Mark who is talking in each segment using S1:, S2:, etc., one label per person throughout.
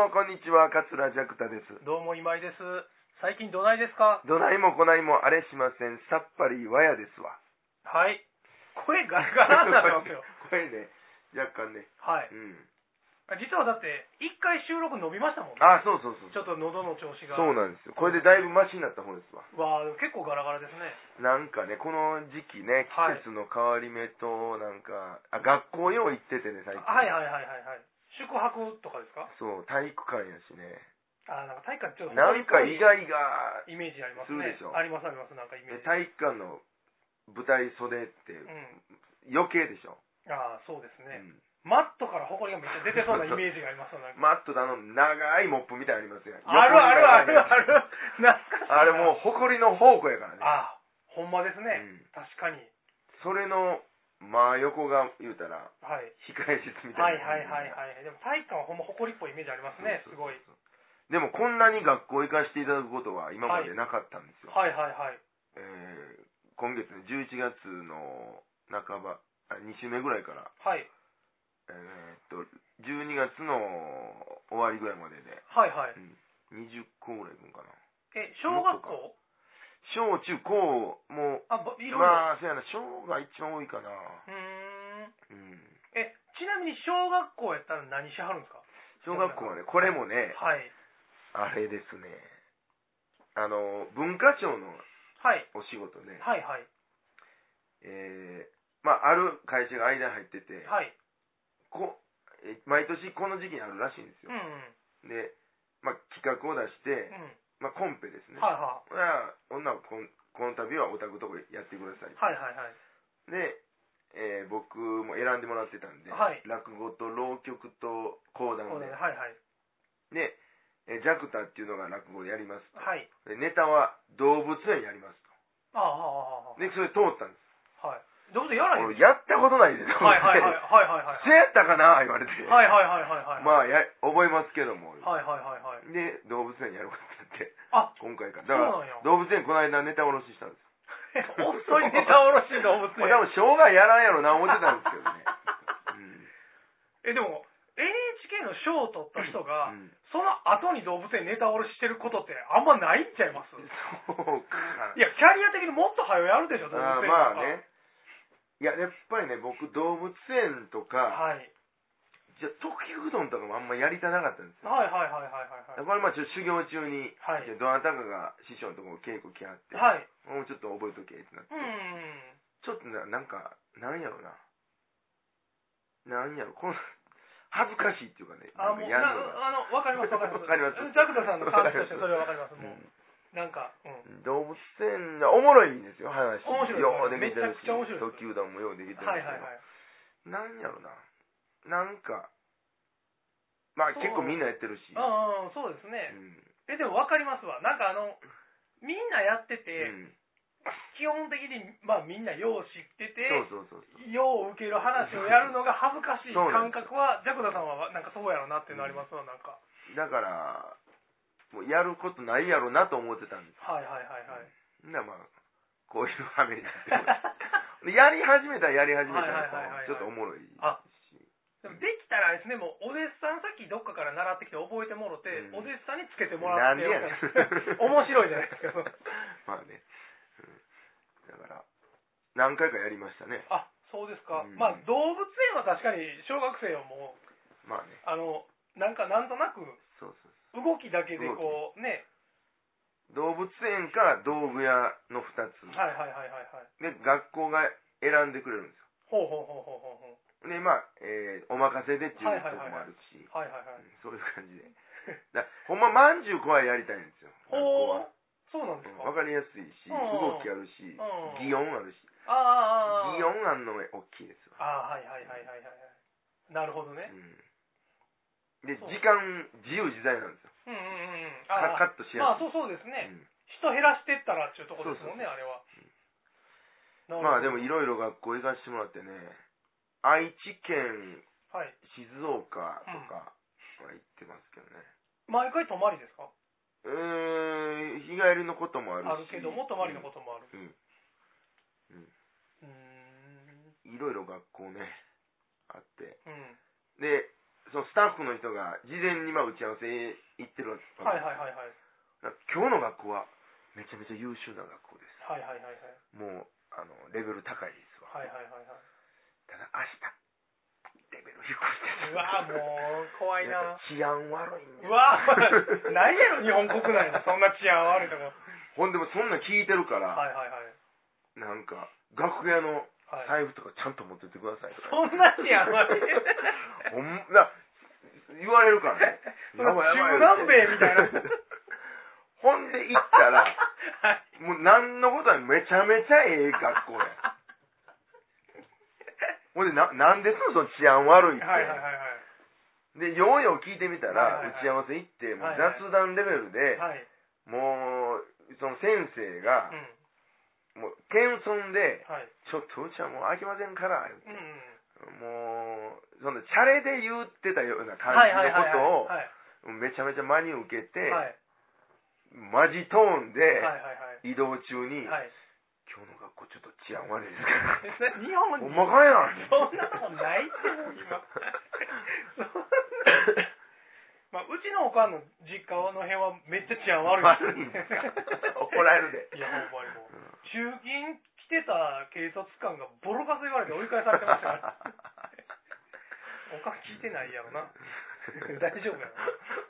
S1: 川桂ジャクタです
S2: どうも今井です。最近どないですか
S1: どないもこないもあれしませんさっぱり和やですわ
S2: はい。声ガラガラになってますよ。
S1: 声ね若干ね
S2: はい。
S1: うん
S2: 実はだって、一回収録伸びましたもんね。
S1: あそうそうそう
S2: ちょっと喉の調子が。
S1: そうなんですよこれでだいぶマシになった方です
S2: わ
S1: わ
S2: あ結構ガラガラですね。
S1: なんかねこの時期ね
S2: はい
S1: 季節の変わり目となんか、あ学校よう行っててね最近
S2: はいはいはいはいはい。宿泊とかですか
S1: そう体育館やしね
S2: あなんか体育館ちょっと。
S1: なんか意外が
S2: イメージあります
S1: す
S2: ね。
S1: るでしょ
S2: ありますあります。なんかイメー
S1: で
S2: ジ。
S1: 体育館の舞台袖って
S2: うん。
S1: 余計でしょ、
S2: ああ、そうですね。
S1: うん
S2: マットから埃がめっちゃ出てそうなイメージがありますよ。なんか
S1: マットだの長いモップみたいなのありますよ
S2: あるあるあるある。
S1: る
S2: 懐かしいな。
S1: あれもう埃の宝庫やからね
S2: ああ、ほんまです
S1: う
S2: ね。
S1: ん、
S2: 確かに。
S1: それの真横が言うたら
S2: はい。
S1: 控え室みた
S2: はいい
S1: な
S2: はいはいはい。でも体育館はほんま誇りっぽいイメージありますね。すごい。
S1: でもこんなに学校行かせていただくことは今までなかったんですよ、
S2: はいはいはい。
S1: えー今月の11月の半ばあ2週目ぐらいから
S2: はい。
S1: えーっと12月の終わりぐらいまでで
S2: はいはい。
S1: 20校ぐらい行くんかな
S2: え、小学校
S1: 小中高も
S2: あ、ばいろいろ。
S1: まあそうやな小が一番多いかな
S2: うーん。
S1: うん
S2: え、ちなみに小学校やったら何しはるんですか
S1: 小学校はねこれもね
S2: はい。
S1: あれですねあの文化庁の
S2: はい。
S1: お仕事ね
S2: はいはい。
S1: えー、まあある会社が間に入ってて
S2: はい。
S1: こえ毎年この時期にあるらしいんです
S2: うん
S1: よ
S2: うん。
S1: で、まあ、企画を出して、
S2: う
S1: まあ、コンペですね
S2: ん。はいは
S1: まあ女はこんこの度はお宅とこやってください
S2: い。はいはいはい。
S1: で、えー僕も選んでもらってたんで、
S2: はい
S1: 落語と浪曲と講談
S2: そう
S1: で
S2: だね。はいはい。
S1: で、えージャクタっていうのが落語でやりますと
S2: はい。
S1: でネタは動物園やります
S2: ああ、ああ、あ
S1: とでそれ通ったんです
S2: あ。はい。どうぞやらへん
S1: 俺やったことないです
S2: はいはいはいはいはいはい。
S1: そうやったかな言われて、
S2: はいはいはいはいはい。
S1: まあや覚えますけども、
S2: はいはいはいはい。
S1: で動物園やろうかってなって
S2: あ、
S1: 今回から
S2: そ
S1: だ
S2: う
S1: から
S2: なんや。
S1: 動物園この間ネタ下ろししたんです
S2: 遅いネタ おろし動物
S1: もう
S2: 園。
S1: 多分生涯やらんやろうな思ってたんですけどね、
S2: えでも NHK の賞を取った人が、
S1: うんうん
S2: その後に動物園ネタおろししてることってあんまないんちゃいますい
S1: そうか
S2: やキャリア的にもっと早やるでしょ動
S1: あ
S2: 物
S1: ー
S2: 園
S1: まあ
S2: とか
S1: ねいややっぱりね僕動物園とか
S2: はい、
S1: じゃ特急うどんとかもあんまやりたなかったんですよ
S2: はいはいはいはいはいはい
S1: だからまあちょっと修行中に、
S2: はい
S1: じゃあどなたかが師匠のところ稽古来はって、
S2: はい
S1: もうちょっと覚えとけってなって、
S2: うん
S1: ちょっとななんかなんやろななんやろこの恥ずかしいっていうかね
S2: あ
S1: なん
S2: も
S1: か
S2: う
S1: や
S2: な
S1: るのが
S2: あのわかりますわかります
S1: わかります
S2: ジャクダさんの感じとしてそれはわかりますもう、なんかうん
S1: うん動物園がおもろいんですよ話
S2: 面白い
S1: ようできてる
S2: めちゃ
S1: し
S2: くちゃ面白い
S1: 特急うどんもようできてるし、
S2: はいはいはい
S1: なんやろな。なんか、まあ
S2: そう
S1: 結構みんなやってるし。うん。
S2: ああそうですねえでもわかりますわなんかあのみんなやって
S1: う
S2: て、
S1: ん
S2: 基本的にまあみんなよう知ってて
S1: そうそうそうそう。
S2: よう受ける話をやるのが恥ずかしい
S1: そうなん
S2: 感
S1: です
S2: 覚はジャクダさんはなんかそうやろなっていうのありますわなんか
S1: だから、もうやることないやろなと思ってたんで
S2: はいはいはいはい
S1: す。んならまあ、こういうはめになってます。 やり始めたらやり始めたら
S2: はいはいはいはいはい
S1: ちょっとおもろいし。
S2: あ でもできたらあれですねもうお弟子さんさっきどっかから習ってきて覚えてもろて、
S1: うん
S2: お弟子さんにつけてもらって
S1: なんでやねん
S2: 面白いじゃないですか
S1: まあね。うんだから、何回かやりましたね。
S2: あそうですか、
S1: うん
S2: まあ動物園は確かに小学生はもう
S1: まあね。
S2: あのなんかなんとなく
S1: そうそうそ
S2: 動きだけでこうね
S1: う。動物園か道具屋の二つ。
S2: はいはいはいはいはい
S1: で、学校が選んでくれるんですよ
S2: ほうほうほうほうほうほう
S1: でまあ、えーお任せでっていうとこもあるし、
S2: はいはいはい
S1: うんそういう感じでだほんままんじゅう怖いやりたいんですよ
S2: ほう
S1: 学
S2: そうなんです
S1: 校
S2: か、
S1: は、うん、分かりやすいし
S2: うん
S1: 動きあるし
S2: うん
S1: 擬音あるし
S2: ああああああ
S1: 擬音あんのが大きいですよ、
S2: ああはいはいはいはいはいはいなるほどね
S1: うん、で
S2: そう
S1: 時間自由自在なんですよ
S2: うんうんうんうん
S1: カ
S2: ああ
S1: カットし
S2: ま
S1: や
S2: あ
S1: す
S2: そ
S1: い、
S2: うそうですね、
S1: うん
S2: 人減らしてったらっていうところですもんねあれは、
S1: まあで
S2: も
S1: もいろいろ学校行かしてもらってね愛知県
S2: はい
S1: 静岡とかは行ってますけどね
S2: 毎回泊まりですか
S1: うーん日帰りのこともあるし
S2: あるけども泊まりのこともある
S1: うん、うん
S2: うーん
S1: いろいろ学校ね、あって。
S2: うん
S1: で、そのスタッフの人が事前にまあ打ち合わせ行ってるわ
S2: は
S1: け、
S2: いはいはいはい
S1: だから今日の学校はめちゃめちゃ優秀な学校です
S2: はいはいはいはい
S1: もうあのレベル高いです
S2: は
S1: わ、
S2: いはいはいはい
S1: ただ明日レベル低いです
S2: うわーもう怖いな
S1: 治安悪いん
S2: う
S1: です
S2: わーないやろ日本国内にそんな治安悪いとこ
S1: ほんでもそんなん聞いてるか
S2: は
S1: ら、
S2: いはいはい
S1: なんか楽屋の
S2: はい、
S1: 財布とかちゃんと持ってってくださいとか、
S2: そんな治安悪い
S1: ほんな言われるからね
S2: その中南米みた いな
S1: ほんで行ったら
S2: はい
S1: もう何のことはめちゃめちゃええ学校やほんでななんですのその治安悪いって、
S2: はいはいはいはい
S1: でようよう聞いてみたら、
S2: はいはいはい
S1: 打ち合わせ行ってもう
S2: はいはい
S1: 雑談レベルで、
S2: はい。
S1: もうその先生が
S2: う、ん。
S1: もう謙遜で
S2: はい。
S1: 「ちょっとうちはもう飽きませんか
S2: う
S1: ら」
S2: んうん。
S1: もうそのチャレで言ってたような感
S2: はい
S1: じ
S2: はいはいはい
S1: のこ
S2: はい。
S1: とをめちゃめちゃ真に受けて、
S2: はい。
S1: マジトーン
S2: はい
S1: で
S2: はい
S1: 移動中に、
S2: はい。はい。
S1: 今日の学校ちょっと治安悪いですから
S2: 日 本
S1: ほ
S2: 人
S1: んまかいな
S2: そんなとこないってもう 今。そんなまあ、うちのおかんの実家の辺はめっちゃ治安悪い。
S1: 悪いんですか 怒られるで
S2: いや、ほんまにもう。中勤来てた警察官がボロカス言われて追い返されてました から。おかん聞いてないやろな。 大丈夫やな。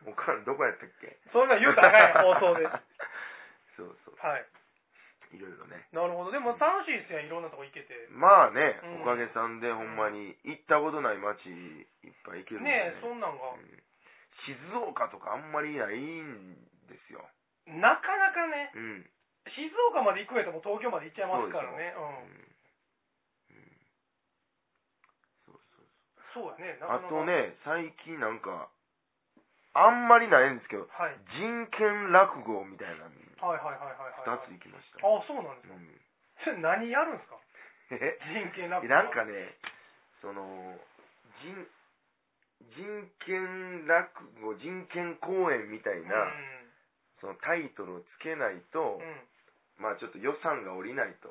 S1: おかんどこやったっけ
S2: そんなん言うたらあかんやん放送で。は
S1: そうそう
S2: い。
S1: いろいろね
S2: なるほど。でも楽しいですね。いろんなとこ行けて。
S1: まあね、
S2: うん
S1: おかげさんでほんまに行ったことない街いっぱい行けるんで
S2: ねえ、そんなんが
S1: う。ん静岡とかあんまりないんですよ
S2: なかなかね、
S1: うん
S2: 静岡まで行くんやったらもう東京まで行っちゃいますからね。
S1: うん
S2: うん。
S1: そうそう
S2: そうやね。な
S1: あ
S2: かなか
S1: と。ね最近なんかあんまりないんですけど
S2: はい。
S1: 人権落語みたいなの2
S2: はいはいはいはい、はい。
S1: つ行きました、
S2: あ、そうなんですか。
S1: うん
S2: それ何やるんですか
S1: え
S2: 人権落語。
S1: なんかねその人人権落語人権公演みたい
S2: うん、
S1: な、そのタイトルをつけないと、
S2: う
S1: まあちょっと予算が下りないと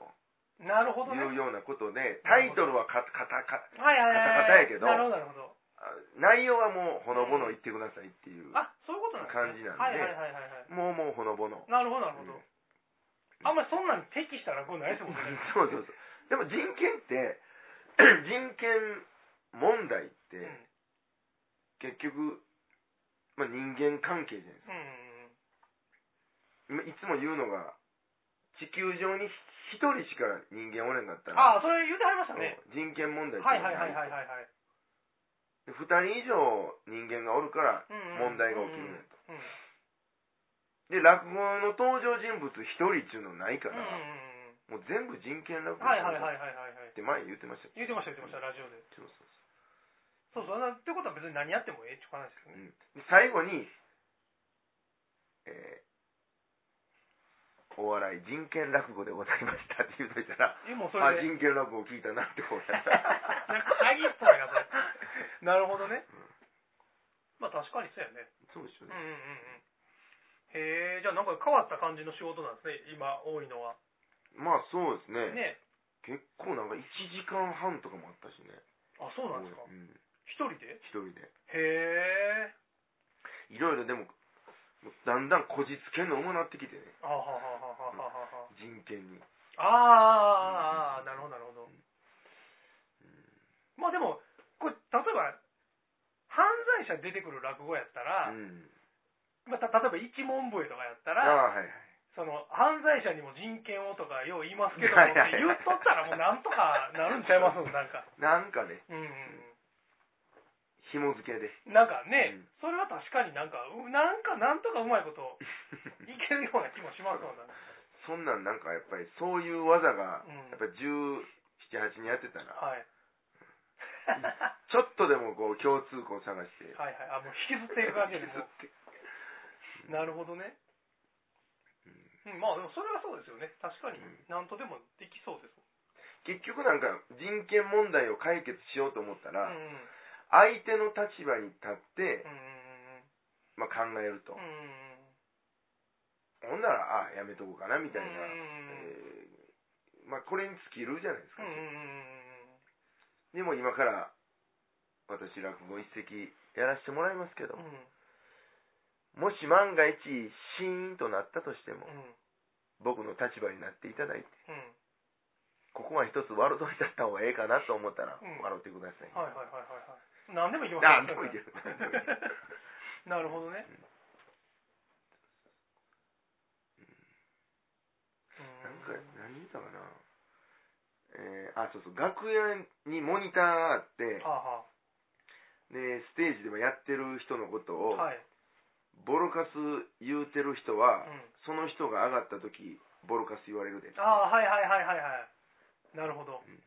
S2: ん。なるほどね。
S1: い
S2: は
S1: う
S2: い
S1: ようなことで
S2: な
S1: タ
S2: る
S1: イ
S2: ほど
S1: トルはカタカタカ
S2: はいはいはい。
S1: カタカタやけど
S2: なるほどなるほど。
S1: あ内容はもうほのぼの言ってくださいっていう、
S2: あ、そういうことなんです、ね、
S1: 感じなんで
S2: はいはいはいはいはい。
S1: もうもうほのぼの
S2: なるほどなるほど。
S1: うん
S2: あんまりそんなんに適した落語ないですもんね。
S1: そうそうそうでも人権って 人権問題っ
S2: う
S1: て
S2: ん。うん
S1: 結局、まあ、人間関係じゃないですか
S2: うんうん。
S1: 今いつも言うのが地球上に一人しか人間おれんかったら
S2: ああ、それ言うてはりまし
S1: そ
S2: た
S1: う
S2: ね。
S1: 人権問題って
S2: はい
S1: の
S2: はい
S1: が
S2: はい
S1: ない
S2: はいはいはい。
S1: で二人以上人間がおるから問題が起きるねと
S2: うんうん
S1: で落語の登場人物一人っちゅうのないか
S2: うんうん
S1: ら、もう全部人権落
S2: うんうん
S1: 語
S2: はいはい
S1: っ
S2: はいはいはいはい
S1: て前言ってましたよ
S2: 言ってました言ってましたラジオで
S1: そうそうそ
S2: そうそうなってことは別に何やってもええって話です
S1: う
S2: よね
S1: うんで最後に、えーお笑い人権落語でございましたって言うといたら
S2: えもうそ
S1: あ
S2: れで
S1: 人権落語聞いたなってこうやった
S2: なんか詐欺っぽいなそれなるほどねまあ確かにそうやね
S1: そうでしょ
S2: う
S1: うんね
S2: うんうんうんへえじゃあなんか変わった感じの仕事なんですね今多いのは
S1: まあそうですね
S2: ね
S1: 結構なんか1時間半とかもあったしね
S2: あそうなんですか
S1: うん
S2: 一人でへ
S1: 一人で
S2: え
S1: いろいろでももうだんだんこじつけんの重なってきてね
S2: あははははははは
S1: 人権に
S2: あーあーあーあーなるほどなるほど、まあでもこれ例えば犯罪者出てくる落語やった
S1: う
S2: ら、
S1: ん
S2: まあ、た例えば一問笛とかやった
S1: ああ
S2: ら
S1: はいはい
S2: その犯罪者にも人権をとかよう言いますけど
S1: はいはいはい
S2: 言っとったらもうなんとかなるんちゃいますなんか
S1: なんかね
S2: うんうん
S1: 紐付けで
S2: うんなんかね、
S1: うん
S2: それは確かになんかうなんかなんとかうまいこといけるような気もしますもんなんか
S1: そんなんなんかやっぱりそういう技が
S2: うん
S1: やっぱり178にやってたら
S2: はい
S1: ちょっとでもこう共通項探し て
S2: はいはいあもう引きずっていく感じでもうなるほどね。うん、まあでもそれはそうですよね。確かに
S1: うん
S2: 何とでもできそうです
S1: 結局なんか人権問題を解決しようと思った
S2: もん。
S1: ら
S2: うんうん
S1: 相手の立場に立って
S2: うん
S1: まあ考えると
S2: うんうんうん
S1: ほんならあやめとこうかなみたいな
S2: うん
S1: えーまあこれに尽きるじゃないです
S2: う
S1: か
S2: んうんうんうんうんうんうん
S1: でも今から私落語一席やらせてもらいますけど
S2: う
S1: も、
S2: ん
S1: もし万が一シーンとなったとしても
S2: う、ん
S1: 僕の立場になっていただいて、
S2: うん
S1: ここは一つ笑うといたった方がええかなと思ったら、
S2: うん
S1: 笑ってください。
S2: はいはいはいはいはい何でもいけます
S1: 何でもいける
S2: なるほどね
S1: な
S2: うんん
S1: か、何言ったかなえー、あ、そうそう、楽屋にモニターがあって、
S2: は
S1: で、ステージでもやってる人のこと
S2: あ
S1: を、
S2: はあはい
S1: ボロカス言うてる人は、
S2: うん
S1: その人が上がった時、ボロカス言われるで。
S2: ああはいはいはいはいはいなるほど、
S1: うん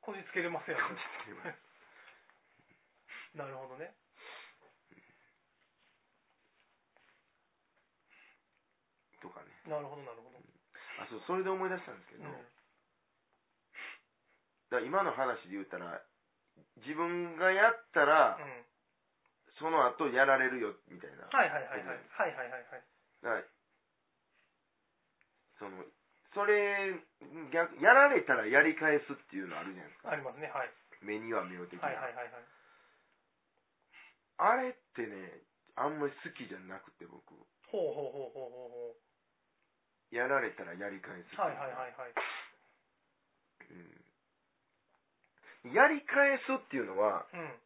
S2: こじつけれますよ ね
S1: 感じてます
S2: なるほどね
S1: とかね。
S2: なるほどなるほど、
S1: あ、そう、それで思い出したんですけ
S2: う
S1: ど、
S2: ん、
S1: だから今の話で言ったら、自分がやったら、
S2: うん
S1: その後やられるよ、みたいな。
S2: はいはいはいはいはいはいはいはい
S1: はい。その、それ、逆、やられたらやり返すっていうのあるじゃないです
S2: ありますねはい
S1: か。目には目を的な。
S2: はいはいはいはい
S1: あれってね、あんまり好きじゃなくて僕、
S2: ほうほうほうほうほうほう
S1: やられたらやり返すってうの
S2: はいはいはいはい
S1: うん。やり返すっていうのは、
S2: うん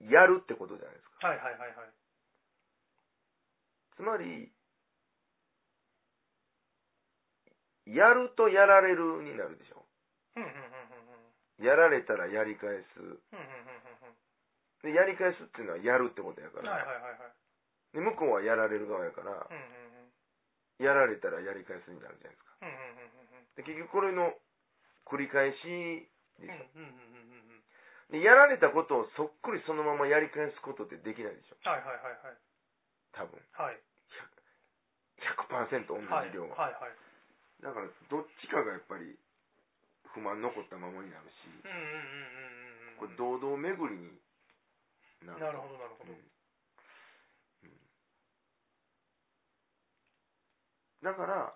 S1: やるってことじゃないですか。
S2: はいはいはいはい
S1: つまり、やるとやられるになるでしょ。
S2: うんうんうんうん
S1: やられたらやり返す。
S2: うんうんうんうん
S1: で、やり返すっていうのはやるってことやか
S2: うん
S1: ら、
S2: はいはいはいはい
S1: で向こうはやられる側やから、
S2: うんうん
S1: やられたらやり返すになるじゃないですか。
S2: うんうん
S1: で結局これの繰り返し
S2: うんうんうんうんうんうんうんうんうん
S1: でしょでやられたことをそっくりそのままやり返すことってできないでしょ
S2: はいはいはいはい
S1: 多分
S2: はい
S1: 100%同
S2: はい
S1: じ量が、
S2: はいはい
S1: だからどっちかがやっぱり不満残ったままになるし
S2: うんうんうんうんうん
S1: これ堂々巡りになる
S2: なるほどなるほど
S1: うんうんだから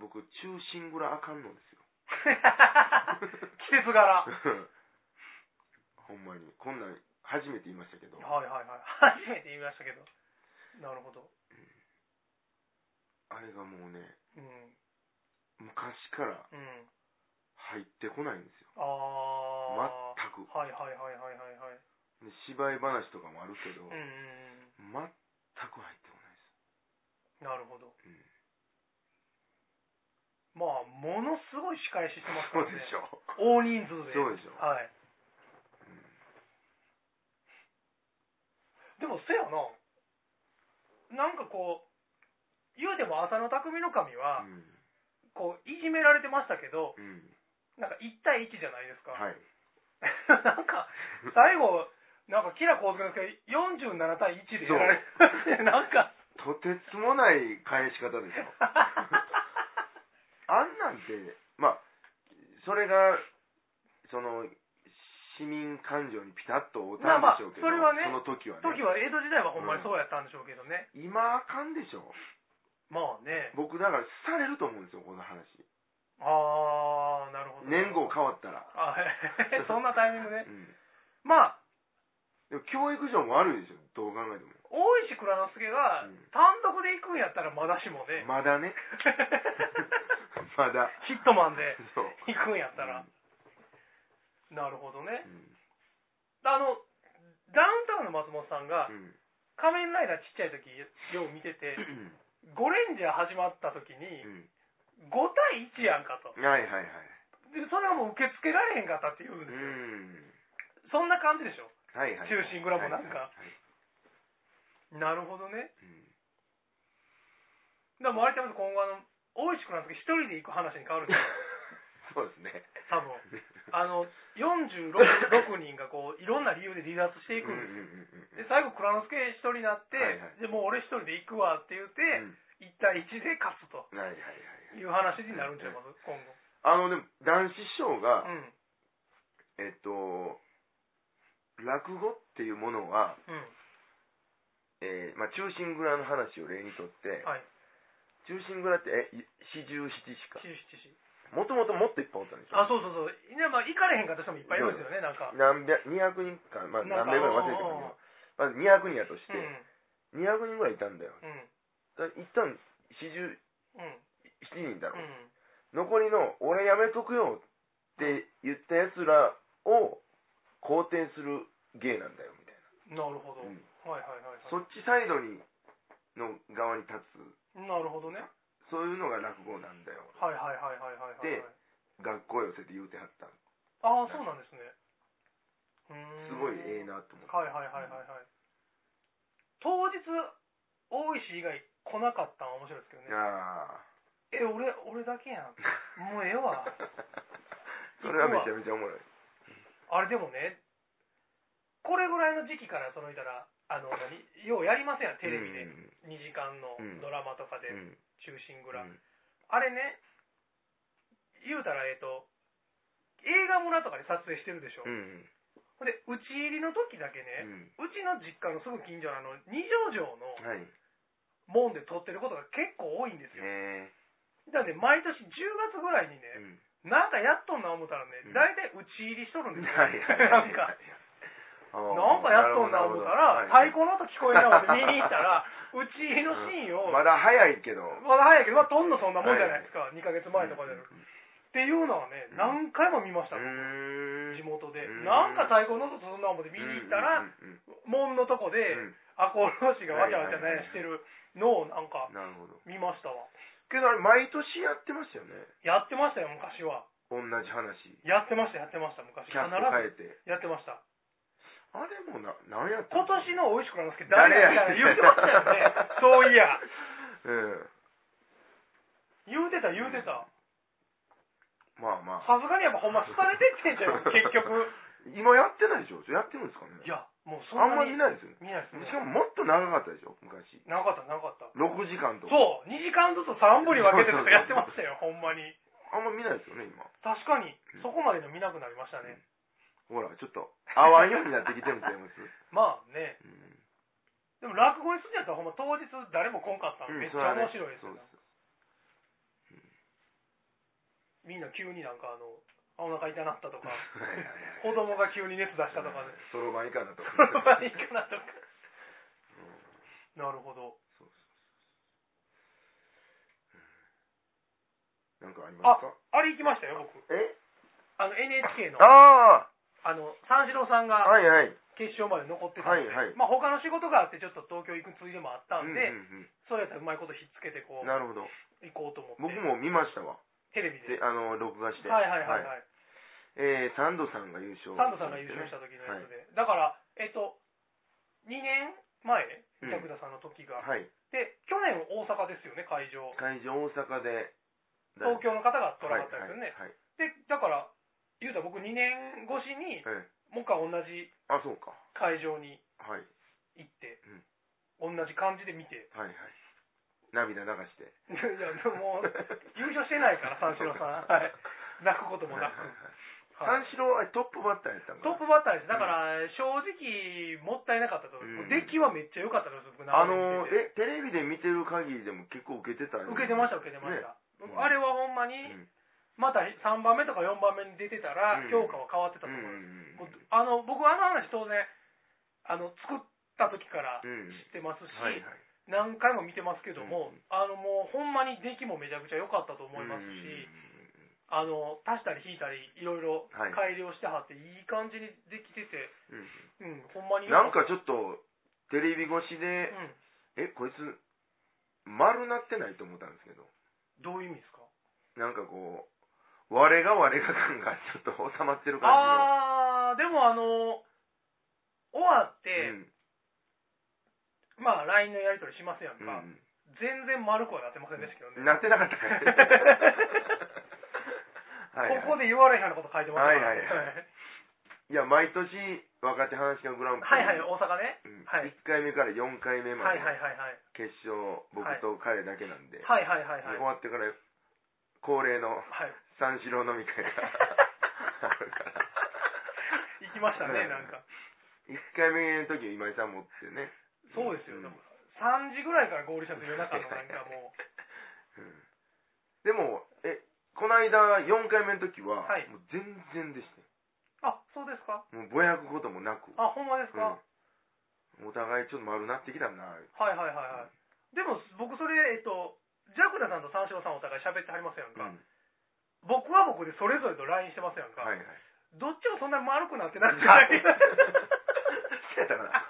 S1: 僕中心ぐらいあかんのですよ
S2: 季節柄はい
S1: ほんまにこんなん初めて言いましたけど
S2: はいはい初めて言いましたけどなるほど
S1: あれがもうね
S2: うん
S1: 昔から
S2: うん
S1: 入ってこないんですよ
S2: ああ
S1: 全く
S2: はいはいはいはいはいはい
S1: で芝居話とかもあるけど、
S2: うんうんうん
S1: 全く入ってこないです
S2: なるほど、
S1: うん
S2: まあものすごい仕返ししてます
S1: そ
S2: か
S1: う
S2: らね
S1: でしょ
S2: 大人数で
S1: そうでしょ
S2: はい、でもせやななんかこう言うても浅野匠の神
S1: う
S2: は、
S1: ん、
S2: こういじめられてましたけど
S1: うん、
S2: なんか1対1じゃないですか、
S1: はい
S2: なんか最後なんかキラ光介の介47対1でやられて なんか
S1: とてつもない返し方でしょあんなんてまあそれがその市民感情にピタッと合うたんでしょうけど、
S2: まあまあそれはね
S1: の時はね
S2: 時は江戸時代はほんまにそうやったんでしょうけどね、
S1: 今あかんでしょ
S2: まあね
S1: 僕だからされると思うんですよこの話
S2: ああなるほど
S1: 年号変わったら、
S2: あへへ へそんなタイミングね
S1: うん、
S2: まあ
S1: でも教育上も悪いでしょどう考えても
S2: 大石蔵之介が
S1: うん
S2: 単独で行くんやったらまだしもね、
S1: まだねまだ
S2: ヒットマンで
S1: そう
S2: 行くんやったら、なるほどね
S1: うん
S2: あのダウンタウンの松本さんが
S1: うん
S2: 「仮面ライダー」ちっちゃい時よう見てて「ゴレンジャー」始まった時に5対1やんかと
S1: うんはいはいはい
S2: でそれはもう受け付けられへんかったっていうん
S1: う
S2: ですよ、
S1: ん
S2: そんな感じでしょ
S1: はいはい
S2: 中心蔵もなんか
S1: はいはいはい
S2: なるほどね
S1: うん
S2: だから回りてます今後あの大石君なんて一人で行く話に変わるんですよ
S1: そうで すね
S2: 多分あの46人がこういろんな理由で離脱していく
S1: うんうん
S2: んです、
S1: うんうん
S2: で最後蔵之介一人になって、
S1: はいはい
S2: でもう俺一人で行くわって言って、
S1: う
S2: 1対1で勝つと
S1: んはいはいはいはい
S2: いう話になるんちゃいます今後
S1: あのでも男子師匠が
S2: うん
S1: えっと落語っていうものは、
S2: うん
S1: えーまあ、中心蔵の話を例にとって、
S2: はい
S1: 中心蔵ってえ四十七士か
S2: 七七七
S1: もともともっといっぱいおったんでしょ
S2: あ、そうそうそう。いや、まあ、行かれへんかった人もいっぱいいるんですよね、なんか。
S1: 何百200人か、まあ、
S2: なん
S1: 何
S2: か
S1: 百人忘れて
S2: うんうんうん
S1: るけど、まあ、200人やとし
S2: うん。
S1: て、200人ぐらいいたんだよ
S2: うん。
S1: だから一旦47
S2: うん。
S1: 人だ
S2: う
S1: ろ、
S2: ん。
S1: 残りの「俺やめとくよ」って言ったやつらを肯定する芸なんだよみたい
S2: なるほど。
S1: な、うん
S2: はいはいはい
S1: そ
S2: は
S1: っちサイドにの側に立つ
S2: い。なるほどね。
S1: そういうのが落語なんだよ
S2: はいはいはいはいはいはい。
S1: で、学校寄せて言うてはった
S2: ああ、そうなんですね。うーん。
S1: すごいええなと思って
S2: はいはいはいはいはい。当日、大石以外来なかったんは面白いですけどね。
S1: ああ
S2: え、俺、俺だけやん。もうええわ。
S1: それはめちゃめちゃおもろい
S2: あれでもね、これぐらいの時期から、そのいたら、あの、何ようやりませんやん、テレビで。
S1: う
S2: 2時間の
S1: うん
S2: ドラマとかで
S1: ん、うん
S2: 中心蔵。
S1: うん
S2: あれね、言うたら、えっと、映画村とかで撮影してるでしょ。
S1: うん
S2: ほんで、打ち入りの時だけ
S1: う
S2: ね、
S1: ん
S2: うちの実家のすぐ近所のあの、二条城の
S1: はいね
S2: 門で撮ってることが結構多いんですよ。
S1: え
S2: だからね、毎年10月ぐらいに
S1: う
S2: ね、
S1: ん
S2: なんかやっとんな思ったらね
S1: う、ん
S2: 大体打ち入りしとるんですよ。
S1: はい
S2: な
S1: はいはい
S2: んか、なんかやっとんな思ったら、太鼓の音聞こえながら見に行った ら、うちのシーンを、
S1: まだ早いけど
S2: まだ早いけど、まあ、とんのそんなもんじゃないですか、2ヶ月前とかで。っていうのはね、
S1: うん
S2: 何回も見ました、
S1: うん
S2: 地元で。
S1: うん
S2: なんか太鼓の音そんな思って見に行った
S1: う
S2: ら、
S1: んうん
S2: 門のとこ
S1: う
S2: で、
S1: ん
S2: 赤穂浪士がわちゃわちゃねしてるのをなんか
S1: うんなるほど
S2: 見ましたわ。
S1: けどあれ毎年やってましたよね
S2: やってましたよ、昔は。
S1: 同じ話
S2: やってました、やってました、昔。
S1: キ
S2: 必
S1: ャスト
S2: ず
S1: 変えて
S2: やってました。
S1: あれもな何やった
S2: 今
S1: の
S2: 年の美味しくなんですけど、誰やみたいな言ってました よね。そういや。
S1: うん
S2: 言うてた、言うてた。
S1: まあまあ
S2: さすがにやっぱほんま、廃れてってんじゃん、 結局。
S1: 今やってないでしょやってるんですかね
S2: いや、もうそ
S1: あ
S2: ん
S1: ん
S2: な
S1: ま
S2: に
S1: 見
S2: 見ない
S1: ないですよね
S2: ですね
S1: し。かももっと長かったでしょ昔
S2: なかった、なかった。
S1: 6時間とか
S2: そう、2時間ずつ3部に分けてとかやってました よ、ほんまに。
S1: あんま見ないですよね今
S2: 確かに、そこまでの見なくなりましたね。
S1: ほらちょっと合わんようになってきてるんちゃいます、
S2: まあね、
S1: うん
S2: でも落語にするんやったらほんま当日誰も来んかった
S1: うん
S2: のめっち
S1: それは
S2: ゃ
S1: ね
S2: 面白いです
S1: そ
S2: よ
S1: う
S2: ね、
S1: です
S2: みんな急になんかあの、あお腹痛なったとか、
S1: はいはいはい
S2: 子供が急に熱出したとかで、
S1: そろばん以下だと
S2: その場に行かなとか。 なるほど。
S1: なんかありま
S2: あ
S1: すか、
S2: あれ行きましたよ、僕。
S1: え
S2: あの NHK の、あ
S1: あ
S2: の、三四郎さん
S1: あ
S2: が
S1: はいはい
S2: 決勝まで残ってたんで、
S1: はいはい
S2: まあ他の仕事があってちょっと東京行くついでもあったんで、
S1: うんうん
S2: それやったらうまいことひっつけてこう、
S1: うんなるほど
S2: 行こうと思って。
S1: 僕も見ましたわ
S2: テレビで。
S1: であの録画して
S2: はいはいはいはい。
S1: えー、サンドさんが優勝
S2: サンドさんが優勝した時のやつで。だから、えっと、2年前、
S1: うん
S2: 板倉さんの時が、
S1: はい
S2: で、去年大阪ですよね、会場。
S1: 会場大阪で
S2: 東京の方が取
S1: は
S2: らは
S1: い
S2: ったんですよね。
S1: はい
S2: で、だから、言うたら僕2年越しに、
S1: はい、ええ
S2: もう一回同じ
S1: あそうか
S2: 会場に
S1: はい
S2: 行って、同じ感じで見て。
S1: はいはい涙流して
S2: いや、でももう、優勝してないから、三四郎 さん。はい。泣くこともなく。はい
S1: 三四郎はトップバッターやったんか
S2: トッ
S1: な
S2: プバッターです。だから、正直、もったいなかったと思
S1: う
S2: う。
S1: ん
S2: 出来はめっちゃ良かったです、僕
S1: あのー
S2: え
S1: えテレビで見てる限りでも結構受けてたよね
S2: 受けてました、受けてました。
S1: ね
S2: あれはほんまに、
S1: うん
S2: また3番目とか4番目に出てたら
S1: うん、
S2: 評価は変わってた
S1: う
S2: と
S1: ん
S2: 思
S1: うん
S2: う。
S1: うん
S2: もうあの、僕はあの話当然、あの、作った時から知
S1: うん
S2: ってますし、
S1: はいはい
S2: 何回も見てますけども、
S1: うん
S2: あの、もうほんまに出来もめちゃくちゃ良かったと思います
S1: うんうん
S2: し、あの、足したり引いたり、いろいろ改良してはって、いい感じにできてて、
S1: うんうん
S2: うん、ほんまに良
S1: なん
S2: った
S1: かちょっとテレビ越しで
S2: うん。
S1: えこいつ丸なってないと思ったんですけど
S2: どういう意味ですか
S1: なんかこう我が我が感がちょっと収まってる感
S2: あー、でもあの、終わっ
S1: じ
S2: て、まあ LINE のやり取りしますやん
S1: の、うん
S2: か、全然丸くはなってませんでしたけど
S1: うん、
S2: ね。
S1: なってなかったか いは
S2: こ
S1: い、はい、
S2: こで言われへんようなこと書いてましたから、
S1: はいはいいや毎年若手話のグランプ
S2: はいはい
S1: リ、
S2: 大阪ね。
S1: うん
S2: はい
S1: 1回目から4回目ま
S2: はい
S1: で
S2: はいはいはい。
S1: 決勝、僕と彼だけなんで、
S2: はいはいはいはい。
S1: 終わってから恒例の
S2: はい。
S1: 三四郎飲み会があ
S2: 行き
S1: るから
S2: ました
S1: う
S2: ね、な
S1: ん
S2: んか。
S1: 1回目の時今井さん持ってね
S2: そうですよ、で
S1: うん
S2: も3時ぐらいから合流したんですよ、夜中のなんかもう。
S1: でもえここの間4回目の時は、
S2: はい
S1: もう全然でしたよ
S2: あ、そうですか
S1: もうぼやくこともなく、
S2: あ、ほんまですか、
S1: うんお互いちょっと丸なってきたな
S2: はいはいはいはい。でも、僕それ、えっと、ジャクダさんと三四郎さんお互い喋ってはりますやん
S1: うん
S2: か。
S1: はい
S2: 僕は僕でそれぞれと LINE してますやんか。
S1: はい
S2: どっちもそんなに丸くなって ないじゃない
S1: そうやったかな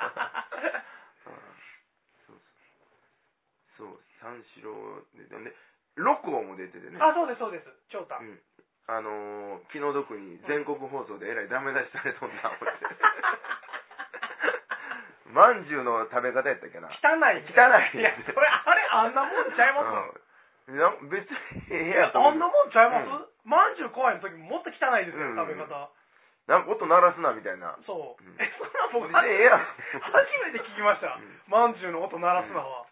S1: うんそうそう三四郎ででロコも出ててね
S2: あ、そうですそうです。長太。
S1: うんあのー気の毒に全国放送でえらいダメ出しされとんな 思ってまんじゅうの食べ方やったっけな
S2: 汚い。
S1: 汚い
S2: いや、それ、あれ、あんなもんちゃいます、
S1: うんな別にええやと
S2: あ
S1: 思うん
S2: なもんちゃいます、まんじゅう怖いの時ももっと汚いですよ、
S1: うん
S2: 食べ方。
S1: なんか音鳴らすなみたいな
S2: そう。
S1: うん
S2: え、そんな僕、
S1: 別にええやん
S2: 初めて聞きました
S1: う。ん
S2: まんじゅうの音鳴らすなは。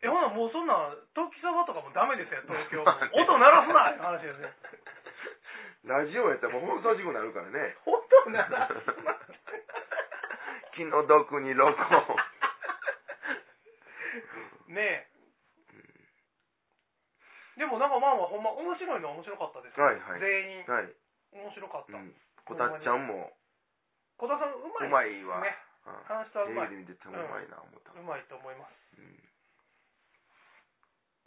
S2: え、ほな、もうそんな、時そばとかもダメです よ、東京。
S1: まあね
S2: 音鳴らすなって話ですね。
S1: ラジオやったらもう放送事故になるからね
S2: 音鳴らすなって。
S1: 気の毒に ロコ
S2: ねえ。でもなんかまあまあほんま面白いのは面白かったですよ。
S1: はいはい
S2: 全員
S1: はい、
S2: 面白かっ
S1: う
S2: た。
S1: ん、こたっちゃんも
S2: 小田さんうま
S1: う
S2: い
S1: まいわ、
S2: ね。
S1: うん
S2: 話したうまい
S1: テ。レビで見ててもうまいな思った、
S2: うまいと思います。
S1: うん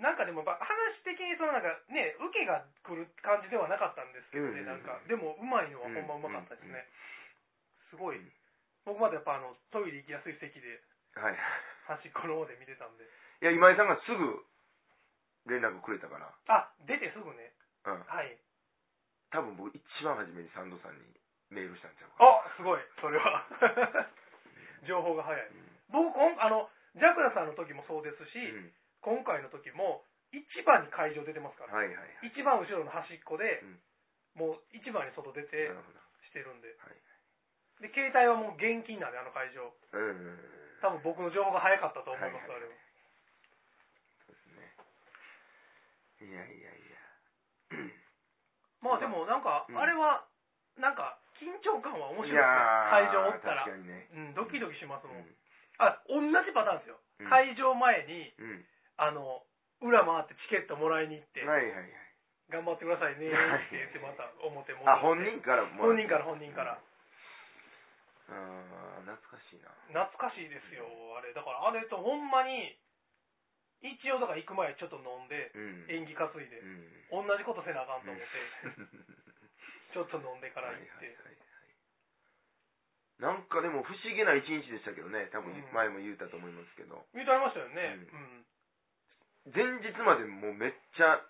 S2: なんかでもやっぱ話的にそのなんかね、受けが来る感じではなかったんですけどね、
S1: うん
S2: なんか。でもうまいのはほんまうまかったですね。すごい。僕まだやっぱあのトイレ行きやすい席で
S1: はい
S2: 端っこの方で見てたんで。
S1: いや今井さんがすぐ連絡くれたから
S2: あ、出てすぐね。
S1: うん
S2: はい。
S1: 多分僕一番初めにサンドさんにメールしたんちゃうか
S2: あすごいそれ は情報が早い僕こんあのジャクダさんの時もそうですし、
S1: うん
S2: 今回の時も一番に会場出てますから、
S1: はいはいはい
S2: 一番後ろの端っこで、
S1: うん
S2: もう一番に外出て
S1: なるほど
S2: してるんで
S1: は
S2: で携帯はもう現金なんであの会場
S1: うんうんうん
S2: 多分僕の情報が早かったと思います、
S1: はい
S2: あれは
S1: うんいやいやい
S2: まあでもなんか、
S1: うん
S2: あれはなんか緊張感は面
S1: や
S2: 白い
S1: い
S2: ですね会
S1: や
S2: 場おったらうん
S1: ー確かにね
S2: ドキドキします
S1: う
S2: もん、
S1: ん
S2: あ同じパターンですよ、
S1: うん
S2: 会場前に
S1: うん
S2: あの、裏回ってチケットもらいに行って、
S1: はいはいはい
S2: 頑張ってくださいねって言って、また表戻って。
S1: あ本人からも
S2: 本人からら本人から。
S1: あー懐かしいな
S2: 懐かしいですよ、あれ。だから、あれとほんまに、一応だから行く前ちょっと飲んで、
S1: う
S2: 演技
S1: ん
S2: 担いで
S1: う、
S2: 同
S1: ん
S2: じことせなあかんと思って、ちょっと飲んでから
S1: はいはい
S2: 行っ
S1: はい
S2: て。
S1: はいなんかでも不思議な一日でしたけどね多分
S2: うん
S1: 前も言うたと思いますけど
S2: 言うてありましたよね。
S1: う
S2: うん。
S1: 前日までもうめっちゃ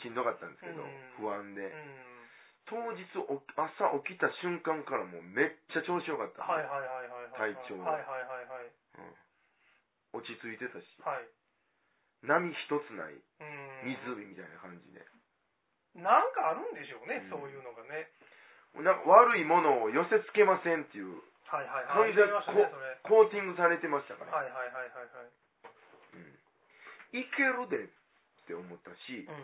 S1: しんどかったんですけど
S2: うん
S1: 不安
S2: う
S1: で
S2: ん。
S1: 当日お朝起きた瞬間からもうめっちゃ調子良かった、
S2: はいはいはいはいはい。
S1: 体調
S2: はいはいはいはい。
S1: うん、落ち着いてたし
S2: はい。
S1: 波一つない
S2: うん。
S1: 湖みたいな感じで、
S2: なんかあるんでしょうね
S1: う、ん
S2: そういうのがね。
S1: なんか悪いものを寄せつけませんっていう
S2: はいはい
S1: 完
S2: はい。
S1: 全
S2: 言うてましたね、それ。
S1: コーティングされてましたから、
S2: はいはいはいはいはい。
S1: うん、いけるでって思ったし
S2: うん。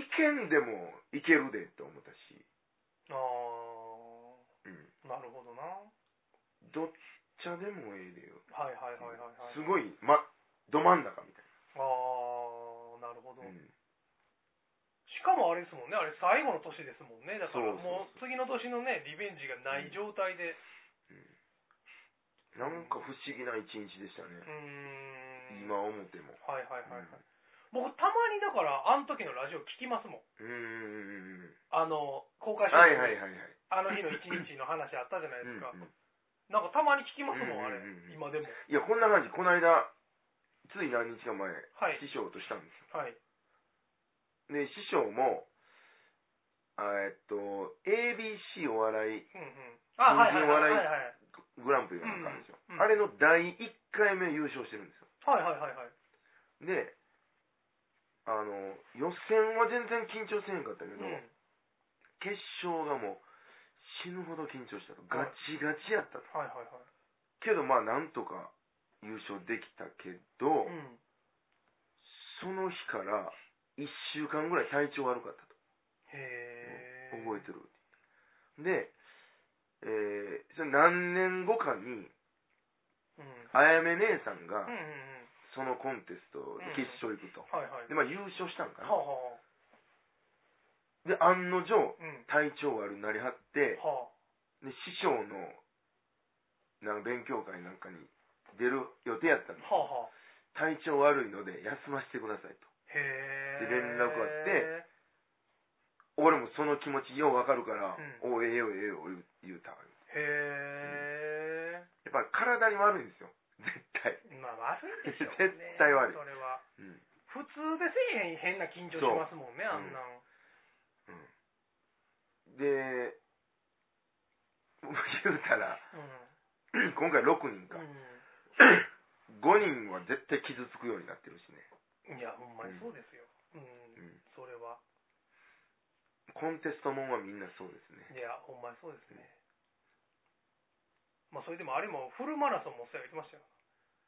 S1: いけんでもいけるでって思ったし、
S2: ああ
S1: うん、
S2: なるほどなは
S1: どっちでもええでよ
S2: いはいはいはいはい
S1: す
S2: い
S1: ごい、ま、ど真ん中みたい
S2: ああなるほど、
S1: な、うん
S2: しかもあれですもんねあれ最後の年ですもんねだから
S1: そうそうそう
S2: もう次の年のねリベンジがない状態で
S1: なんか不思議な一日でした
S2: う
S1: ね、
S2: ーん
S1: 今思っても
S2: はいはいはいはい、僕たまにだからあの時のラジオ聞きますもん
S1: うんうん
S2: あの公開
S1: はいはいは
S2: い、
S1: いはい
S2: あの日の一日の話あったじゃないですか、
S1: うんうん
S2: なんかたまに聞きますもんあれ、
S1: うんうんうん
S2: 今で
S1: うん
S2: も
S1: いやこんな感じこの間つい何日か前、
S2: はい
S1: 師匠としたんです
S2: はい
S1: よで師匠もあえっと ABC お笑い
S2: うんうんあはいはいはいはいはい
S1: グランプリがなんかあるんですよ、
S2: うんうん
S1: あれの第1回目優勝してるんですよ
S2: はいはいはいはい
S1: であの予選は全然緊張せんかったけ
S2: う
S1: ど、
S2: ん
S1: 決勝がもう死ぬほど緊張したとガチガチやったと
S2: はいはいはい
S1: けどまあなんとか優勝できたけど、
S2: うん
S1: その日から1週間ぐらい体調悪かったと
S2: へえ
S1: 覚えてるで、えーそれ何年後かに
S2: うんうん
S1: あやめ姉さんが
S2: うんうん
S1: そのコンテストで決勝行くと、
S2: はいはい
S1: でまあ優勝したんか
S2: は
S1: な
S2: あは
S1: で、案の定、
S2: うん。
S1: 体調悪なりはって、
S2: は
S1: で、師匠の、なんか勉強会なんかに出る予定やったの
S2: あ。。はあはあ。
S1: 体調悪いので休ませてくださいと。
S2: へえ。
S1: で連絡あって、俺もその気持ちようわかるから、
S2: うん
S1: おええよええよ言う言うた。
S2: へ
S1: やっぱり体に悪いんですよ。絶対。
S2: え。まあ悪いでしょう、ね。
S1: 絶対悪い
S2: それは。
S1: うん。
S2: 普通でせえへん変な緊張しますもんね、
S1: そ
S2: あ
S1: う
S2: んなん。
S1: で、 言うたら、
S2: う
S1: 今回6人か。
S2: ん。
S1: 5人は絶対傷つくようになってるしね。
S2: うん。いや、ほんまにそうですよ。うん。
S1: うん
S2: それは。
S1: コンテストもんはみんなそうですね。
S2: いや、ほんまにそうですね。まあ、それでもあれもフルマラソンもそうや言ってましたよ。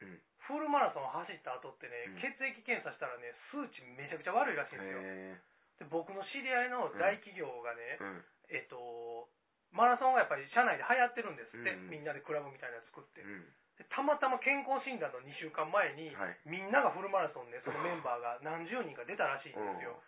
S1: うん。
S2: フルマラソン走った後ってね、
S1: うん
S2: 血液検査したらね、数値めちゃくちゃ悪いらしいんですよ。
S1: へ
S2: で僕の知り合いの大企業が
S1: え
S2: ね、
S1: うん。うん。
S2: えっと、マラソンがやっぱり社内で流行ってるんですって、
S1: うんうん
S2: みんなでクラブみたいなの作って、でたまたま健康診断の2週間前に、
S1: はい。
S2: みんながフルマラソンで、そのメンバーが何十人か出たらしいんですよ、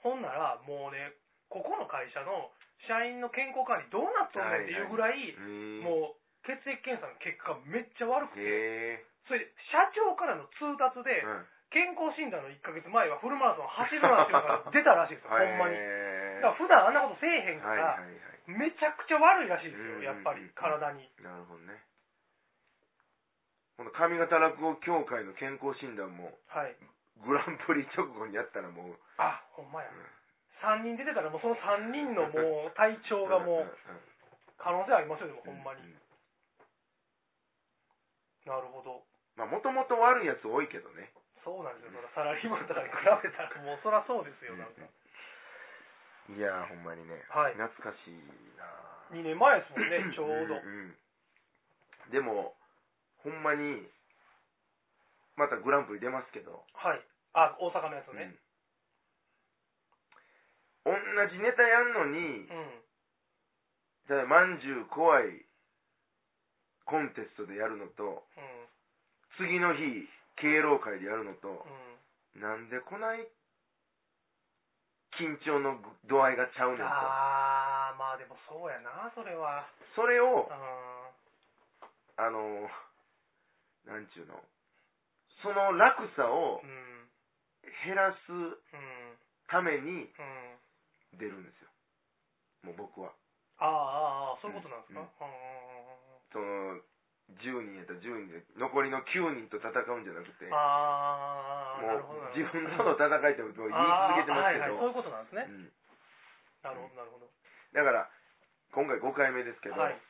S2: ほんならもうね、ここの会社の社員の健康管理、どうなっとんねんっていうぐらい、
S1: うん。う
S2: もう血液検査の結果、めっちゃ悪くて、
S1: へえ。
S2: それで社長からの通達で、
S1: うん。
S2: 健康診断の1ヶ月前はフルマラソン走るなっていうのが出たらしいですよ、ほんまに。
S1: へえ
S2: だから普段あんなことせえへんか
S1: はいはい
S2: ら、
S1: はい。
S2: めちゃくちゃ悪いらしいです
S1: うんうんうん
S2: よ、やっぱり、体に。
S1: なるほどね。この上方落語協会の健康診断も、
S2: はい。
S1: グランプリ直後にやったらもう、
S2: あ、ほんまや
S1: うん。
S2: 3人出てから、もうその3人のもう体調がもう、可能性ありますよ、でも
S1: う
S2: ほんまに
S1: う。う
S2: なるほど。
S1: まあ、もともと悪いやつ多いけどね。
S2: そうなんですよ、そらサラリーマンとかに比べたら、もうそらそうですよ、なんか。
S1: いやー、ほんまにね。
S2: はい
S1: 懐かしいな
S2: 2年前ですもんね、ちょうど。
S1: んんうんでも、ほんまに、またグランプリ出ますけど、
S2: はい。あ、大阪のやつね。
S1: うん同じネタやんのに
S2: う、ん。
S1: ただ、まんじゅう怖いコンテストでやるのと、
S2: うん。
S1: 次の日、敬老会でやるのと
S2: う、ん。
S1: なんでこない緊張の度合いがちゃうねんと。
S2: あー、まあでもそうやな、それは。
S1: それを
S2: う、ん。
S1: あのなんちゅうの、その落差を
S2: うん。
S1: 減らす
S2: うん。
S1: ために
S2: うん。
S1: 出るんですよ。もう僕は。
S2: ああああああ、そういうことなんですか。
S1: うん
S2: うんうんうん
S1: その、10人やったら10人で、残りの9人と戦うんじゃなくて、も
S2: ああ、なるほど
S1: う
S2: なるほど。
S1: 自分との戦いってもう言い続けてますけ
S2: ああはいはい、そう
S1: ど、
S2: いうことなんですね
S1: う。ん
S2: なるほど、なるほど。
S1: だから、今回5回目ですけど、
S2: はい。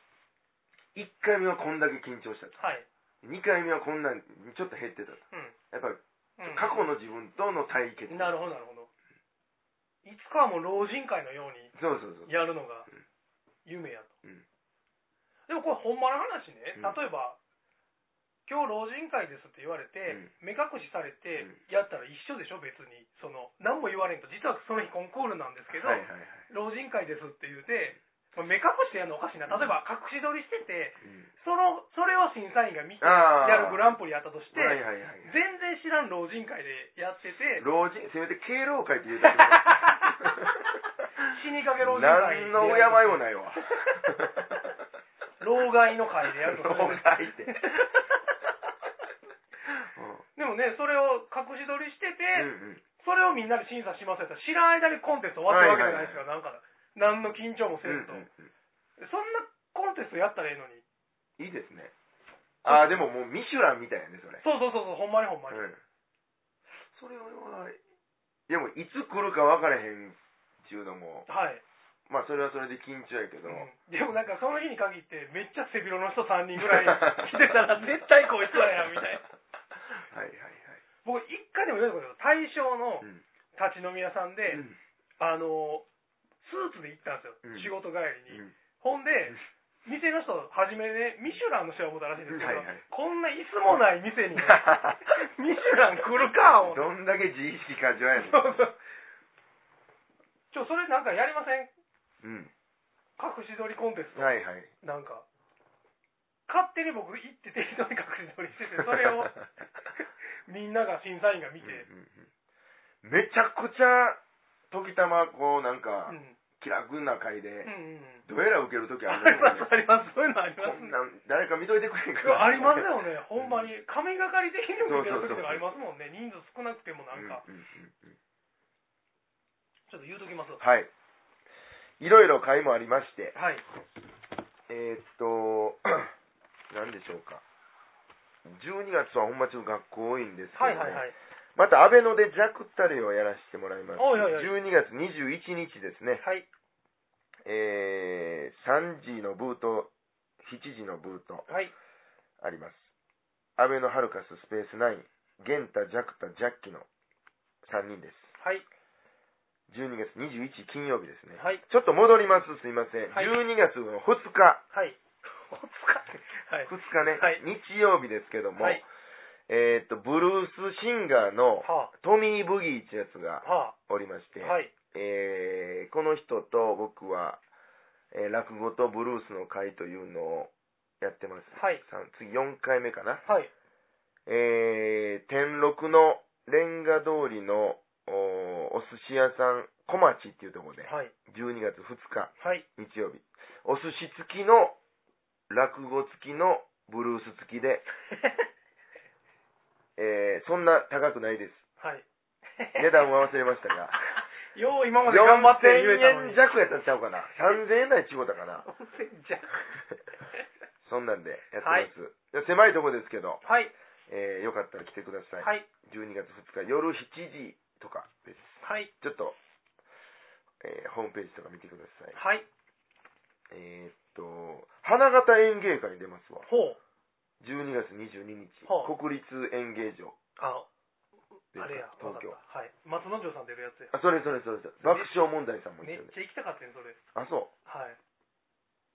S1: 1回目はこんだけ緊張したと。
S2: はい。
S1: 2回目はこんなんちょっと減ってたと。
S2: う
S1: やっぱり
S2: ん。うん、
S1: 過去の自分との対決。
S2: なるほど、なるほど。いつかはもう老人会のよう
S1: そうそうそう
S2: に。やるのが夢やと。
S1: うん
S2: でもこれ、ほんまの話ね、
S1: うん
S2: 例えば、今日老人会ですって言われて、
S1: うん
S2: 目隠しされて
S1: うん、
S2: やったら一緒でしょ、別に。その、何も言われんと、実はその日コンクールなんですけど、
S1: はいはいはい。
S2: 老人会ですって言うて、まあ目隠してやるのおかしいな。例えば隠し撮りしてて、
S1: うん
S2: その、それを審査員が見て
S1: ああ。
S2: やるグラン
S1: プ
S2: プリやったとして、
S1: はいはいはい。
S2: 全然知らん老人会でやってて、
S1: 老人、せめて敬老会って言うてくれ
S2: 死にかけ老人会でやる
S1: 何の敬いもないわ。
S2: 老害の会でやるとか
S1: 老害って
S2: でもね、それを隠し撮りしてて、
S1: うんうん
S2: それをみんなで審査しますやったら、知らん間にコンテスト終わってるわけじゃないですか、なんか。何の緊張もせ
S1: うん
S2: ずと、
S1: ん
S2: そんなコンテストやったらええのに。
S1: うん。いいですね。ああ、でももうミシュランみたいやね、それ。
S2: そうそうそうそう、ほんまにほんまに。
S1: うん。それは、でもいつ来るか分からへんっていうのも、
S2: はい。
S1: まあそれはそれで緊張やけど、
S2: うんでもなんかその日に限ってめっちゃ背広の人3人ぐらい来てた ら絶対こいつらやみたいな
S1: はいはいは
S2: 僕一回でも言われたことない大正の
S1: い。うん
S2: 立ち飲み屋さんで、
S1: うん
S2: あのスーツで行ったんですよ、
S1: うん
S2: 仕事帰りに、
S1: うん
S2: ほんで店の人初めねミシュランの人が思ったらしいんですけど、
S1: はいはい
S2: こんな椅子もない店 にねミシュラン来るか思って
S1: どんだけ自意識過剰やねん。
S2: そうそう ちょそれなんかやりません
S1: うん。
S2: 隠し撮りコンテスト
S1: はいはい。
S2: なんか、勝手に僕行って適当に隠し撮りしてて、そ れをみんなが審査員が見て、
S1: うんうんうんめちゃくちゃ時たまこうなんか
S2: うんうん
S1: 気楽な会で
S2: うんうん
S1: どえらい受ける時
S2: あり
S1: ある
S2: ます
S1: もんね
S2: あります そういうのありま
S1: こ
S2: す
S1: んなん誰か見といてくれん
S2: い
S1: か
S2: や
S1: な
S2: ありますよねほんまに神がかり的にも受け
S1: そうそうそ
S2: る時
S1: う
S2: とかありますもんね人数少なくてもなんか
S1: うんうんうんうん
S2: ちょっと言うときますは
S1: はいいろいろ会もありまして
S2: い
S1: えーっと 何でしょうか12月はほんまちょっと学校多いんですけど
S2: は
S1: も、
S2: いはいはい
S1: またアベノでジャクタレをやらせてもらいます
S2: おいおいおい
S1: 12月21日ですね
S2: はい
S1: えー、3時のブート、7時のブート
S2: はい
S1: あります。アベノハルカススペース9、ゲンタ、ジャクタ、ジャッキの3人です。
S2: はい
S1: 12月21金曜日ですね。
S2: はい
S1: ちょっと戻ります、すいません。
S2: はい
S1: 12月の2日、
S2: はいお疲れはい
S1: 2日ね、
S2: はい
S1: 日曜日ですけども、
S2: はい
S1: えーっと、ブルースシンガーの
S2: は
S1: トミー・ブギーってやつが
S2: あは
S1: おりまして、
S2: あはい
S1: えーこの人と僕は、えー落語とブルースの会というのをやってます。
S2: はい
S1: さん次4回目かな。
S2: はい
S1: えー天禄のレンガ通りのおお寿司屋さん、小町っていうところで、
S2: はい
S1: 12月2日、
S2: はい
S1: 日曜日、お寿司付きの、落語付きの、ブルース付きで、えーそんな高くないです。
S2: はい
S1: 値段は忘れましたが。
S2: よう今まで頑張って言えたの
S1: 4000円
S2: に
S1: 弱やったんちゃうかな。3000円台ちごうた かな。
S2: 4000弱
S1: そんなんでやってます。いや狭いとこですけど、
S2: はい
S1: えーよかったら来てください。
S2: はい
S1: 12月2日夜7時とかです。
S2: はい
S1: ちょっと、えーホームページとか見てください。
S2: はい
S1: えーっと、花形演芸会に出ますわ。
S2: ほう
S1: 12月22日、
S2: はあ
S1: 国立演芸場
S2: あ
S1: です
S2: あれや、
S1: 東京
S2: わ。かったはい。松之丞さん出るやつや。
S1: あ、それそれそれそれ。爆笑問題さんも
S2: め
S1: 一
S2: っ
S1: 緒で。
S2: ちゃ行きたかったね、それ。
S1: あ、そう。
S2: はい。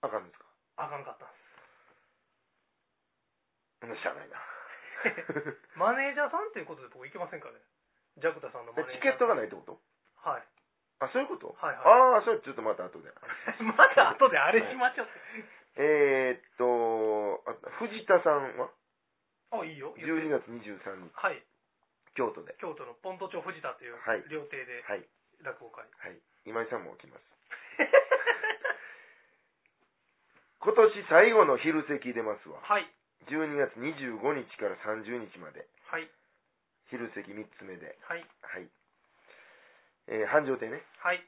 S1: あかんですか。
S2: あかんかったんで
S1: うんしゃ あないな。
S2: す。マネージャーさんということで僕行けませんかね。ジャクタさんのマ
S1: で
S2: ネー
S1: チ
S2: ジャ
S1: ケ
S2: ー
S1: ット
S2: ト
S1: がないってこと
S2: が。はい。
S1: あ、そういうこと
S2: はいはい。
S1: ああ、それちょっとまた 後で。
S2: また後であれしましょう。
S1: えー、っと、あ藤田さんは
S2: あ、いいよ。
S1: 12月23日、
S2: はい。
S1: 京都で。
S2: 京都のポント町藤田という
S1: はい
S2: 料亭で
S1: はい、
S2: 落語会。
S1: はい。今井さんも来ます。今年最後の昼席出ますわ。
S2: はい。
S1: 12月25日から30日まで。
S2: はい。
S1: 昼席3つ目で。
S2: はい。
S1: はい。えー繁盛亭ね。
S2: はい。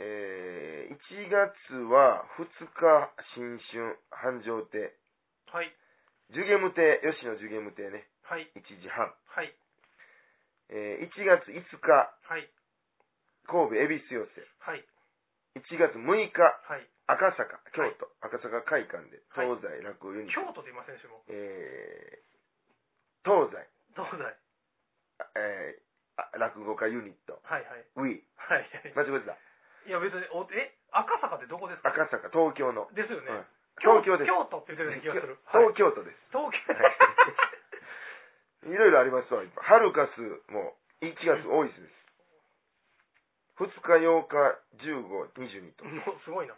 S1: えー1月は2日、新春、繁盛亭。
S2: はい。
S1: ジュゲム亭、吉野ジュゲム亭ね。
S2: はい。
S1: 1時半。
S2: はい。
S1: えー1月5日、
S2: はい。
S1: 神戸恵比寿寄せ。
S2: はい。
S1: 1月6日、
S2: はい。
S1: 赤坂、京都、赤坂会館で、
S2: はい
S1: 東西落語ユニッ
S2: 京
S1: ト、
S2: 都でいませんしも。
S1: えー東西、
S2: 東西。
S1: えーあ落語家ユニット、
S2: はいはい。
S1: ウィー。
S2: はい。
S1: 間違えてた。
S2: いや別に、おえ、赤坂ってどこですか
S1: 赤坂、東京の。
S2: ですよね。
S1: はい
S2: 京
S1: 東京です。
S2: 京都って言ってるような気がする。はい
S1: 東京都で
S2: 東京。
S1: はいす。いろいろありますわ。ハルカスも1月多いです。2日、8日、15、22と。
S2: もうすごいな。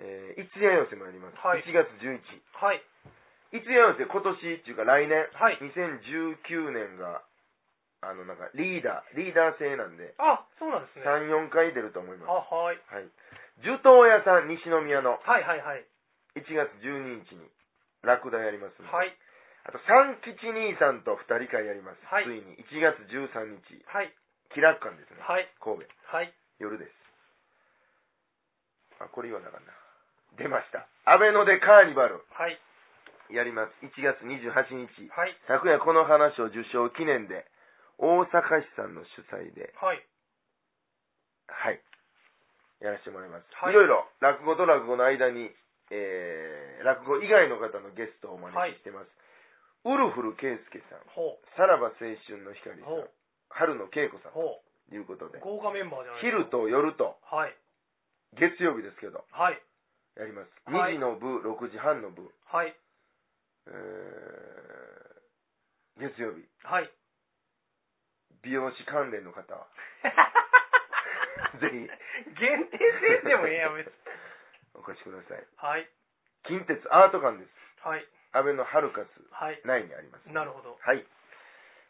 S1: えー、一夜寄せもやります。
S2: はい
S1: 1月11。
S2: はい。
S1: 一夜寄せ今年っていうか来年。
S2: はい。
S1: 2019年が、あの、なんか、リーダー、リーダー制なんで、
S2: あ、そうなんですね。
S1: 3、4回出ると思います
S2: あ、。はい。
S1: はい。樹刀屋さん、西宮の、
S2: はいはいはい。
S1: 1月12日に、ラクダやりますんで
S2: はい。
S1: あと、三吉兄さんと2人会やります。
S2: はい
S1: ついに、1月13日、
S2: はい。
S1: 気楽館ですね。
S2: はい。
S1: 神戸、
S2: はい。
S1: 夜です。あ、これ言わなあかんな。出ました。アベノでカーニバル、
S2: はい。
S1: やります。1月28日。
S2: はい。
S1: 昨夜この話を受賞記念で、大阪市さんの主催で、
S2: はい。
S1: はい。やらせてもらいます。、
S2: はいい
S1: ろいろ、落語と落語の間に、えー、落語以外の方のゲストをお招きしてます。ウルフル圭介さん、
S2: ほ
S1: さらば青春の光
S2: う。
S1: さ
S2: ほ
S1: ん
S2: う。、
S1: 春野恵子さん
S2: ほ
S1: ということ
S2: う。
S1: で、
S2: 豪華メンバーじゃない
S1: 昼。と夜と、
S2: はい。
S1: 月曜日ですけど、
S2: はい。
S1: やります。
S2: はい
S1: 2時の部、6時半の部、
S2: はい。
S1: えー、月曜日、
S2: はい。
S1: 美容師関連の方は、 ぜひ、
S2: 限定せんでもええやん、別に。
S1: お越しください。
S2: はい。
S1: 近鉄アート館です。
S2: はい。
S1: 安倍のハルカス
S2: はい。
S1: 内にあります。
S2: なるほど。
S1: はい。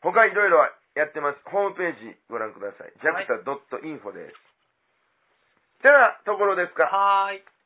S1: 他いろいろやってます。ホームページご覧ください。
S2: はい
S1: JAXA.info です。てなところですか。
S2: はーい。